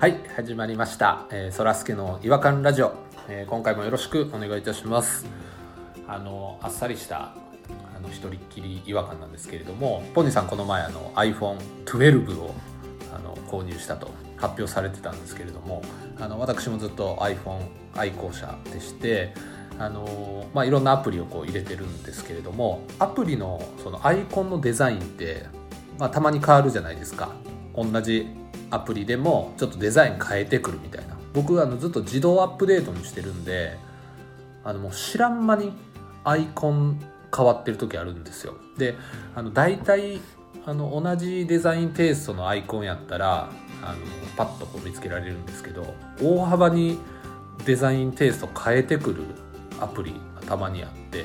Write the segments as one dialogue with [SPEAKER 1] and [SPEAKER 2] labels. [SPEAKER 1] はい始まりました、えー、そらすけの違和感ラジオ、えー今回もよろしくお願いいたしますあのあっさりしたあの一人っきり違和感なんですけれどもポニーさんこの前あの iPhone12 をあの購入したと発表されてたんですけれどもあの私もずっと iPhone 愛好者でしてあのまあ、いろんなアプリをこう入れてるんですけれどもアプリのそのアイコンのデザインって、まあ、たまに変わるじゃないですか同じアプリでもちょっとデザイン変えてくるみたいな僕あのずっと自動アップデートにしてるんであのもう知らん間にアイコン変わってる時あるんですよであの大体あの同じデザインテイストのアイコンやったらあのパッとこう見つけられるんですけど大幅にデザインテイスト変えてくるアプリがたまにあって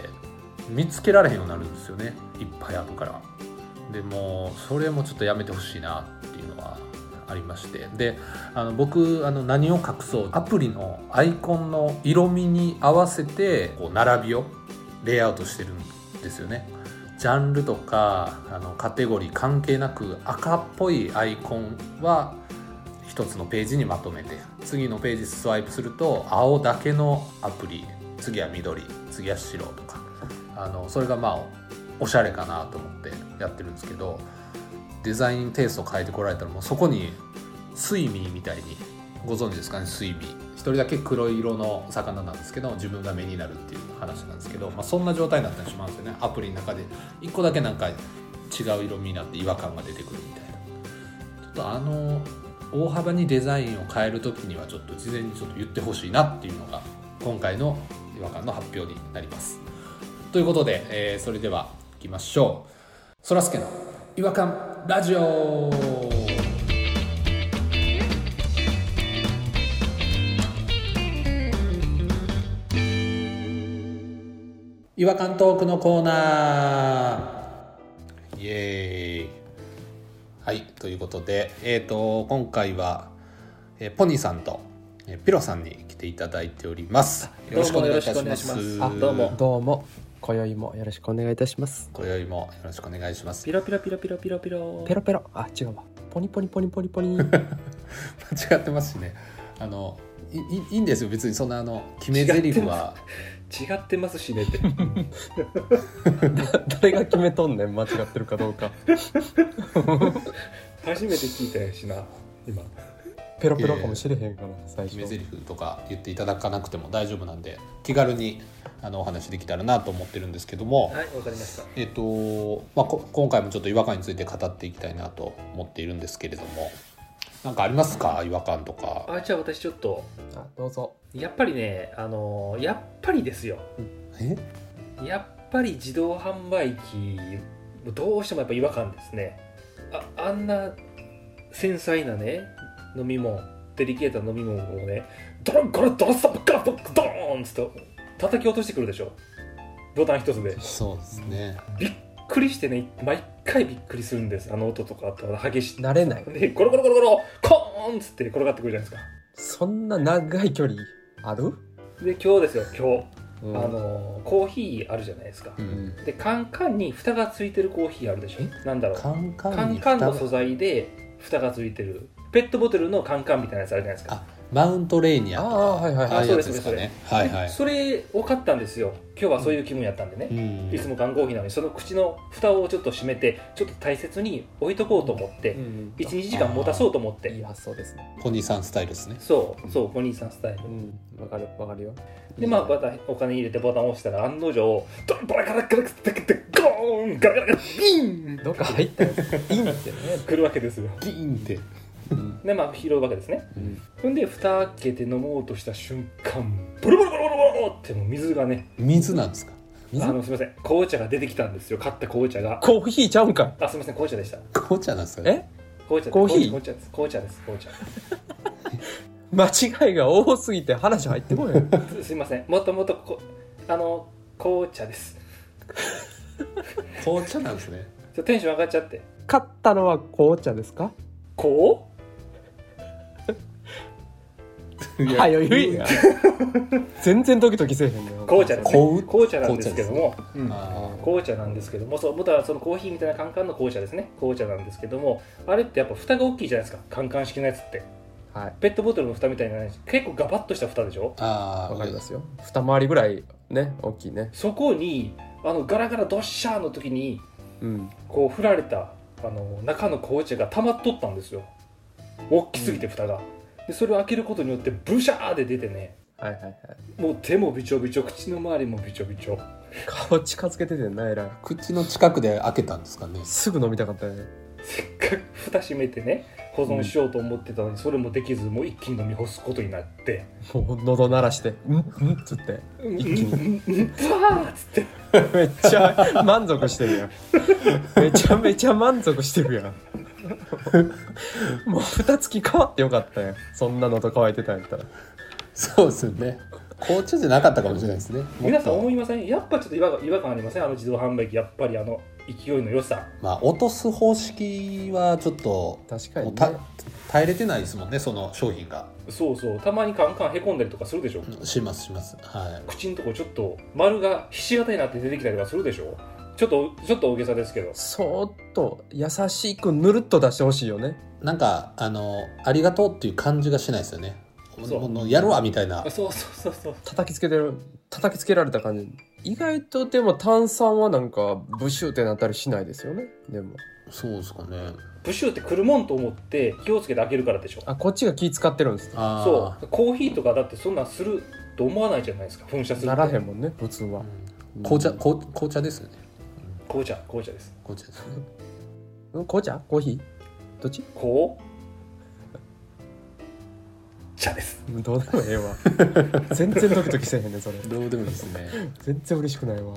[SPEAKER 1] 見つけられへんようになるんですよねいっぱいあるからでもうそれもちょっとやめてほしいなっていうのはありましてであの僕あの何を隠そうアプリのアイコンの色味に合わせてこう並びをレイアウトしてるんですよねジャンルとかあのカテゴリー関係なく赤っぽいアイコンは一つのページにまとめて次のページスワイプすると青だけのアプリ次は緑次は白とかあのそれがまあおしゃれかなと思ってやってるんですけどデザインテイスト変えてこられたらもうそこにスイミーみたいにご存知ですかねスイミー一人だけ黒色の魚なんですけど自分が目になるっていう話なんですけど、まあ、そんな状態になったりしますよねアプリの中で一個だけなんか違う色味になって違和感が出てくるみたいなちょっとあの大幅にデザインを変える時にはちょっと事前にちょっと言ってほしいなっていうのが今回の違和感の発表になりますということで、えーそれではいきましょうそらすけの違和感ラジオ違和感トークのコーナーイエーイはいということで、えー、と今回は、えーポニーさんと、えーピロさんに来ていただいておりますよろしくお願いいたします
[SPEAKER 2] あどうも
[SPEAKER 3] どうも、今宵もよろしくお願いいたします。
[SPEAKER 1] 今宵もよろしくお願いします
[SPEAKER 2] ピロピロピロピロピロピロ
[SPEAKER 3] ペロペロ、あ、違うわ。ポニポニポニポニポ ニ。
[SPEAKER 1] 間違ってますしねあのいいいいんですよ別にそんなあの決め台詞は
[SPEAKER 2] 違ってますしねって
[SPEAKER 3] 誰が決めとんねん、間違ってるかどうか。
[SPEAKER 2] 初めて聞いたやしな今
[SPEAKER 3] ペロペロかもしれへんから、最
[SPEAKER 1] 決め
[SPEAKER 3] 初
[SPEAKER 1] 台。詞とか言っていただかなくても大丈夫なんで気軽にあのお話できたらなと思ってるんですけども、
[SPEAKER 2] はいわかりました
[SPEAKER 1] えっとまあ、こ今回もちょっと違和感について語っていきたいなと思っているんですけれどもなんかありますか違和感とか
[SPEAKER 2] あじゃあ私ちょっと
[SPEAKER 3] あ、どうぞ。
[SPEAKER 2] やっぱりねあのーやっぱりですよ
[SPEAKER 1] え
[SPEAKER 2] やっぱり自動販売機どうしてもやっぱ違和感ですねああんな繊細なね飲み物デリケートな飲み物をねドロンゴロドロッサッガラッドーンっつって叩き落としてくるでしょボタン一つで
[SPEAKER 1] そうですね
[SPEAKER 2] びっくりしてね毎回びっくりするんですあの音とかあとは激しい
[SPEAKER 3] 慣れない。
[SPEAKER 2] でゴロゴロゴロゴロコーンっつって転がってくるじゃないです
[SPEAKER 3] そんな長い距離ある
[SPEAKER 2] かで今日ですよ
[SPEAKER 3] う
[SPEAKER 2] 今
[SPEAKER 3] ん
[SPEAKER 2] 日、あのーコーヒーあるじゃないですか
[SPEAKER 1] う、
[SPEAKER 3] うん
[SPEAKER 1] ん
[SPEAKER 2] でカンカンに蓋がついてるコーヒーあるでしょなんだろう
[SPEAKER 1] カンカ
[SPEAKER 2] カ
[SPEAKER 1] ン
[SPEAKER 2] ン
[SPEAKER 1] に
[SPEAKER 2] カン
[SPEAKER 1] 蓋
[SPEAKER 2] の
[SPEAKER 1] が
[SPEAKER 2] 素材で蓋がついてるペットボトルのカンカンみたいなやつあるじゃないですか
[SPEAKER 1] あマウントレーニア
[SPEAKER 3] あ
[SPEAKER 1] とか
[SPEAKER 3] あ、はいはい
[SPEAKER 1] あ
[SPEAKER 3] は
[SPEAKER 1] あ
[SPEAKER 3] い。
[SPEAKER 1] いうやつですかねはいはい
[SPEAKER 2] それを買ったんですよ今日はそういう気分やったんでね、
[SPEAKER 1] うん
[SPEAKER 2] いつも缶コーヒーなのにその口の蓋をちょっと閉めてちょっと大切に置いとこうと思って、
[SPEAKER 3] うん
[SPEAKER 2] 一日時間持たそうと思っ
[SPEAKER 3] いい
[SPEAKER 2] て
[SPEAKER 3] 発想ですね。
[SPEAKER 1] ポニーさんスタイルですね
[SPEAKER 2] そうそうお兄さんスタイル
[SPEAKER 3] うん、わかるわかるよ。
[SPEAKER 2] でまあまたお金入れてボタンを押したら案の定ドンバラガラガラってってゴーンガラガラビーン
[SPEAKER 3] どっか入ったやつ。いいってね。
[SPEAKER 2] 来るわけですよ
[SPEAKER 1] ギーンって
[SPEAKER 3] うん
[SPEAKER 2] でまあ拾うわけですね
[SPEAKER 3] うん
[SPEAKER 2] ほんで蓋開けて飲もうとした瞬間ボロボロボロボロボロってもう水がね
[SPEAKER 1] 水なんですか
[SPEAKER 3] 水
[SPEAKER 2] あのすいません紅茶が出てきたんですよ買った紅茶が
[SPEAKER 3] コーヒーちゃうんかい。
[SPEAKER 2] あすいません紅茶でした
[SPEAKER 1] 紅茶なんですか
[SPEAKER 3] え
[SPEAKER 2] 紅茶
[SPEAKER 3] コーヒー
[SPEAKER 2] 紅茶です紅茶です紅茶
[SPEAKER 3] 間違いが多すぎて話入ってこない。
[SPEAKER 2] すすいませんもともとこあの紅茶です
[SPEAKER 1] 紅茶なんですね
[SPEAKER 2] ちょっとテンション上がっちゃって
[SPEAKER 3] 買ったのは紅茶ですか
[SPEAKER 2] こう
[SPEAKER 3] はよいや全然ドキドキせえへんね
[SPEAKER 2] 紅茶です、ね
[SPEAKER 1] 紅、
[SPEAKER 2] 紅茶なんですけどもうん
[SPEAKER 1] あ
[SPEAKER 2] 紅茶なんですけどもそう元はそのコーヒーみたいなカンカンの紅茶ですね紅茶なんですけどもあれってやっぱ蓋が大きいじゃないですかカンカン式のやつって
[SPEAKER 3] はい
[SPEAKER 2] ペットボトルの蓋みたいな結構ガバッとした蓋でしょ
[SPEAKER 1] ああ
[SPEAKER 3] わかりますよ二回りぐらいね大きいね
[SPEAKER 2] そこにあのガラガラドッシャーの時に
[SPEAKER 3] うん
[SPEAKER 2] こう振られたあの中の紅茶が溜まっとったんですよ大きすぎて蓋が、でそれを開けることによってブシャーで出てね
[SPEAKER 3] はいはいはい
[SPEAKER 2] もう手もびちょびちょ口の周りもびちょびちょ
[SPEAKER 3] 顔近づけててんなえらい
[SPEAKER 1] 口の近くで開けたんですかね
[SPEAKER 3] すぐ飲みたかったね
[SPEAKER 2] せっかく蓋閉めてね保存しようと思ってたのに、それもできずもう一気に飲み干すことになって
[SPEAKER 3] もう喉鳴らして「うんうん」っつって
[SPEAKER 2] 「うんうん
[SPEAKER 3] 一気
[SPEAKER 2] うんうんバーっつって
[SPEAKER 3] めっちゃ満足してるやんめちゃめちゃ満足してるやんもう蓋付き変わってよかったやんそんなのと乾いてたんやったら
[SPEAKER 1] そうですよね紅茶じゃなかったかもしれないですね
[SPEAKER 2] 皆さん
[SPEAKER 1] もっ
[SPEAKER 2] 思いませんやっぱちょっと違和感違和感ありませんあの自動販売機やっぱりあの勢いの良さ
[SPEAKER 1] とまあ落とす方式はちょっと
[SPEAKER 3] 確か
[SPEAKER 1] もう
[SPEAKER 3] に
[SPEAKER 1] た
[SPEAKER 3] ね
[SPEAKER 1] 耐えれてないですもんねその商品が
[SPEAKER 2] そうそうたまにカンカンへこんだりとかするでしょ、
[SPEAKER 1] しますしますはい
[SPEAKER 2] 口のとこちょっと丸がひし形になって出てきたりとかするでしょちょっとちょっと大げさですけど
[SPEAKER 3] そーっと優しくぬるっと出してほしいよね
[SPEAKER 1] なんかあのありがとうっていう感じがしないですよね
[SPEAKER 2] そう
[SPEAKER 1] もうやるわみたいな
[SPEAKER 2] そうそうそうそう
[SPEAKER 3] 叩きつけてる叩きつけられた感じ意外とでも炭酸はなんかブシューってなったりしないですよねでも
[SPEAKER 1] そうですかね
[SPEAKER 2] プシューってくるもんと思って気をつけて開けるからでしょ
[SPEAKER 3] あこっちが気使ってるんです
[SPEAKER 1] あ
[SPEAKER 2] そ
[SPEAKER 1] ー
[SPEAKER 2] うコーヒーとかだってそんなんすると思わないじゃないですか噴射する
[SPEAKER 3] ならへんもんね普通は
[SPEAKER 1] うん紅茶紅紅茶ですよね
[SPEAKER 2] 紅茶紅茶です
[SPEAKER 1] 紅茶ですね
[SPEAKER 3] うん紅茶コーヒーどっち
[SPEAKER 2] こう茶です
[SPEAKER 3] うんどうでもええわ全然ドキドキせえへんねそれ
[SPEAKER 1] どうでもいいですね
[SPEAKER 3] 全然嬉しくないわ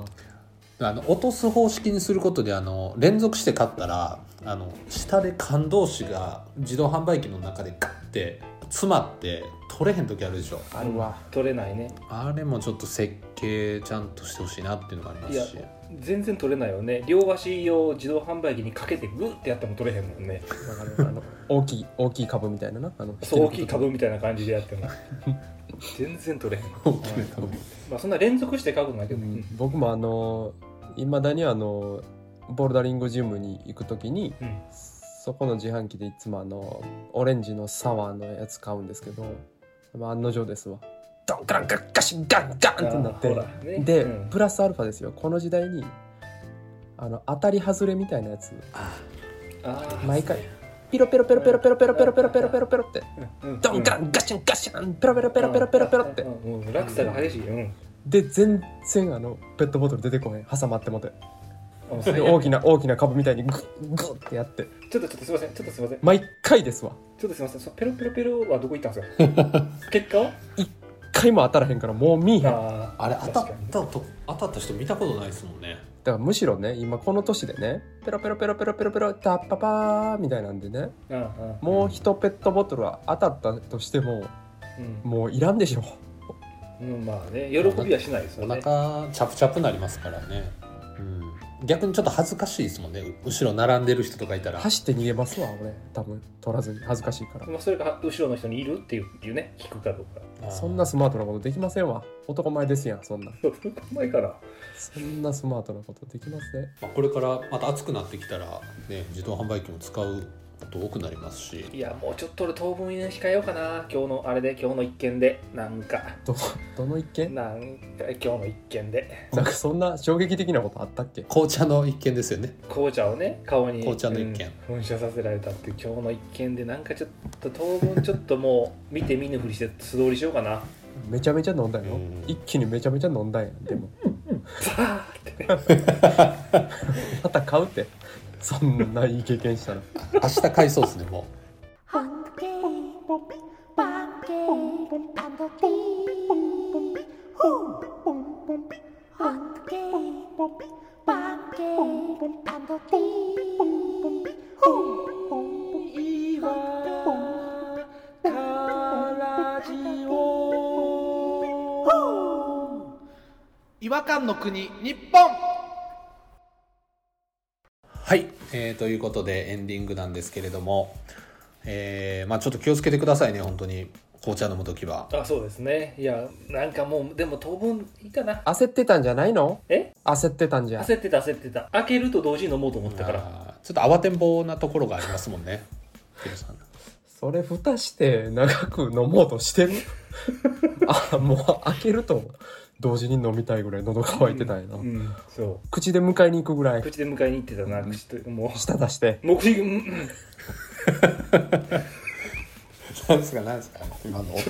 [SPEAKER 1] あの落とす方式にすることであの連続して買ったらあの下で感動詞が自動販売機の中でガッて詰まって取れへん時あるでしょ
[SPEAKER 3] あるわ
[SPEAKER 2] 取れないね
[SPEAKER 1] あれもちょっと設計ちゃんとしてほしいなっていうのがありますし
[SPEAKER 2] い全然取れないよね両足を自動販売機にかけてグッてやっても取れへんもんね
[SPEAKER 3] わかるあの大きい大きい株みたいななあの
[SPEAKER 2] そう大きい株みたいな感じでやっても全然取れへん、
[SPEAKER 1] 大きな株
[SPEAKER 2] まあ、そんな連続して書くんだけ
[SPEAKER 3] う
[SPEAKER 2] ど、
[SPEAKER 3] ん僕もあのいまだにあのボルダリングジムに行くときに
[SPEAKER 2] うん
[SPEAKER 3] そこの自販機でいつもあのオレンジのサワーのやつ買うんですけどまあ案の定ですわドンガランガッガシンガンガンってなって
[SPEAKER 2] あーほらね
[SPEAKER 3] で、
[SPEAKER 2] うん
[SPEAKER 3] プラスアルファですよこの時代にあの当たり外れみたいなやつ
[SPEAKER 2] あー
[SPEAKER 3] 毎回ピロペロペロペロペロペロペロペロペロペロペロって
[SPEAKER 2] うん
[SPEAKER 3] ドンガンガシャンガシャンペロペロペロペロペロペロって
[SPEAKER 2] うんうんうん落差が激しい、うん、
[SPEAKER 3] で全然あのペットボトル出てこへん挟まってもて
[SPEAKER 2] あ
[SPEAKER 3] で
[SPEAKER 2] 最悪
[SPEAKER 3] 大きな大きな株みたいにグッグッってやって
[SPEAKER 2] ちょっとちょっとすいませんちょっとすいません
[SPEAKER 3] 毎回ですわ
[SPEAKER 2] ちょっとすいませんそのペロペロペロはどこ行ったんですか 結果は
[SPEAKER 3] 一回も当たらへんからもう見えへんだか
[SPEAKER 2] あー
[SPEAKER 1] あれ当たっ
[SPEAKER 2] 確かに
[SPEAKER 1] たと当たった人見たことないですもんね
[SPEAKER 3] らむしろね今この年でねペロペロペロペロペロペロタッパパーみたいなんでね
[SPEAKER 2] うんうん
[SPEAKER 3] もう一ペットボトルは当たったとしてももういらんでしょ
[SPEAKER 2] うんうん、まあね喜びはしないです
[SPEAKER 1] お
[SPEAKER 2] よね
[SPEAKER 1] 腹チャプチャプなりますからね、うん、逆にちょっと恥ずかしいですもんねう後ろ並んでる人とかいたら
[SPEAKER 3] 走って逃げますわ俺多分取らずに恥ずかしいから
[SPEAKER 2] まあ、それが後ろの人にいるっていういうね聞くかどうか
[SPEAKER 3] そんなスマートなことできませんわ男前ですやんそんな
[SPEAKER 2] 前から
[SPEAKER 3] そんなスマートなことできません
[SPEAKER 1] まあこれからまた暑くなってきたら、ね、自動販売機も使うこと多くなりますし
[SPEAKER 2] いやもうちょっと俺当分控えようかな今日のあれで今日の一件でなんか
[SPEAKER 3] どどの一件
[SPEAKER 2] なんか今日の一件で
[SPEAKER 3] なんかそんな衝撃的なことあったっけ
[SPEAKER 1] 紅茶の一件ですよね
[SPEAKER 2] 紅茶をね顔に
[SPEAKER 1] 紅茶の一件
[SPEAKER 2] うん噴射させられたっていう今日の一件でなんかちょっと当分ちょっともう見て見ぬふりして素通りしようかな
[SPEAKER 3] めちゃめちゃ飲んだよ
[SPEAKER 1] うん
[SPEAKER 3] 一気にめちゃめちゃ飲んだんやでも
[SPEAKER 2] ザーってね
[SPEAKER 3] また買うって そんないい経験したら
[SPEAKER 1] 明日買いそうですねも
[SPEAKER 4] Hungry,
[SPEAKER 5] 違和感の国日本
[SPEAKER 1] うはい、えーということでエンディングなんですけれども、えーまあ、ちょっと気をつけてくださいね本当に紅茶飲む時は
[SPEAKER 2] あそうですねいやなんかもうでも当分いいかな
[SPEAKER 3] 焦ってたんじゃないの
[SPEAKER 2] え
[SPEAKER 3] 焦ってたんじゃ
[SPEAKER 2] 焦ってた焦ってた開けると同時に飲もうと思ったから
[SPEAKER 1] あーちょっと慌てんぼうなところがありますもんねペルさん
[SPEAKER 3] それ蓋して長く飲もうとしてる あもう開けると同時に飲みたいぐらい喉乾いてたんやな、
[SPEAKER 2] うん、そ
[SPEAKER 3] 口で迎えに行くぐら
[SPEAKER 2] う
[SPEAKER 3] い
[SPEAKER 2] 口で迎えに行ってたな口とも
[SPEAKER 3] 舌出して
[SPEAKER 2] う目的うんうん
[SPEAKER 1] なんですかなんですか今の音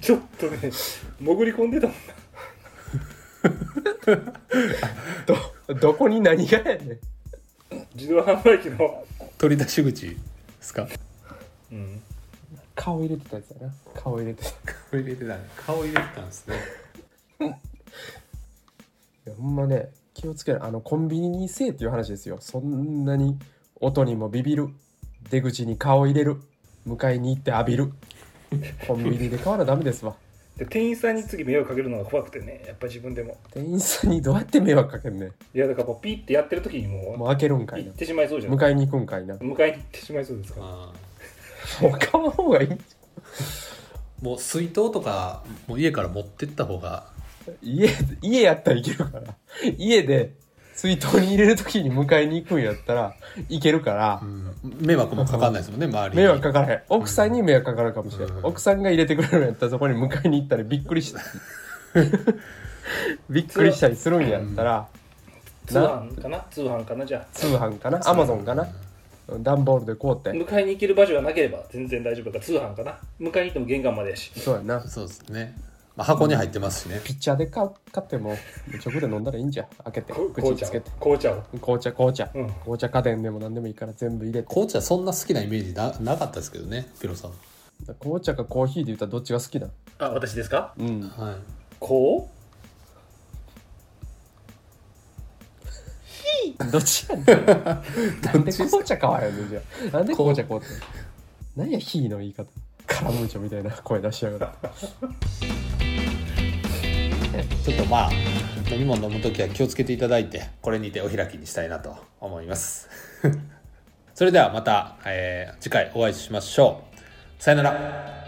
[SPEAKER 2] ちょっとね潜り込んでたもんな
[SPEAKER 3] どどこに何がやねん
[SPEAKER 2] 自動販売機の
[SPEAKER 1] 取り出し口ですか
[SPEAKER 2] うん
[SPEAKER 3] 顔入れてたやつやな顔入れてたい
[SPEAKER 1] 顔入れてたね顔入れてたんですね
[SPEAKER 3] やほんまね気をつけるあのコンビニにせえっていう話ですよそんなに音にもビビる出口に顔入れる迎えに行って浴びるコンビニで買わなダメですわ
[SPEAKER 2] で店員さんに次迷惑かけるのが怖くてねやっぱ自分でも
[SPEAKER 3] 店員さんにどうやって迷惑かけんねん
[SPEAKER 2] いやだからもうピッてやってる時にもう
[SPEAKER 3] もう開けるんかい
[SPEAKER 2] 行っ
[SPEAKER 3] な
[SPEAKER 2] てしまいそうじゃん迎
[SPEAKER 3] 迎えに行くんかいな
[SPEAKER 2] えに行ってしまいそうですから
[SPEAKER 1] あ
[SPEAKER 3] もう買わん方がいい
[SPEAKER 1] ーもう水筒とかもう家から持ってった方が
[SPEAKER 3] 家家やったらいけるから家で水筒に入れる時に迎えに行くんやったらいけるから
[SPEAKER 1] うん迷惑もかかんないですもんね周りに
[SPEAKER 3] 迷惑かからへん奥さんに迷惑かかるかもしれない、
[SPEAKER 1] うん
[SPEAKER 3] 奥さんが入れてくれるんやったらそこに迎えに行ったりびっくりしたびっくりしたりするんやったら、
[SPEAKER 2] 通販かな通販かなじゃ
[SPEAKER 3] 通販かなアマゾンかな段ボールでこう
[SPEAKER 2] あ
[SPEAKER 3] って
[SPEAKER 2] 迎えに行ける場所がなければ全然大丈夫だから通販かな迎えに行っても玄関までやし
[SPEAKER 3] そうやな
[SPEAKER 1] そうですね、まあ、箱に入ってますしね、
[SPEAKER 3] ピッチャーで買う買っても直で飲んだらいいんじゃん開けて
[SPEAKER 2] こ
[SPEAKER 3] 口
[SPEAKER 2] 紅
[SPEAKER 3] に
[SPEAKER 2] 茶
[SPEAKER 3] つ
[SPEAKER 2] を
[SPEAKER 3] けて
[SPEAKER 2] 紅茶を
[SPEAKER 3] 紅茶紅茶、
[SPEAKER 2] うん
[SPEAKER 3] 紅茶家電でも何でもいいから全部入れて
[SPEAKER 1] 紅茶そんな好きなイメージななかったですけどねピロさん
[SPEAKER 3] 紅茶かコーヒーで言ったらどっちが好きだ
[SPEAKER 2] あ私ですか
[SPEAKER 3] うん
[SPEAKER 1] はい
[SPEAKER 2] こう
[SPEAKER 3] どっちやねんなんで紅茶買わへんねんじゃあなんで紅茶買うてん何やヒーの言い方カラムーチョみたいな声出しやがって
[SPEAKER 1] ちょっとまあ飲み物飲む時は気をつけていただいてこれにてお開きにしたいなと思います それではまた、えー次回お会いしましょうさよなら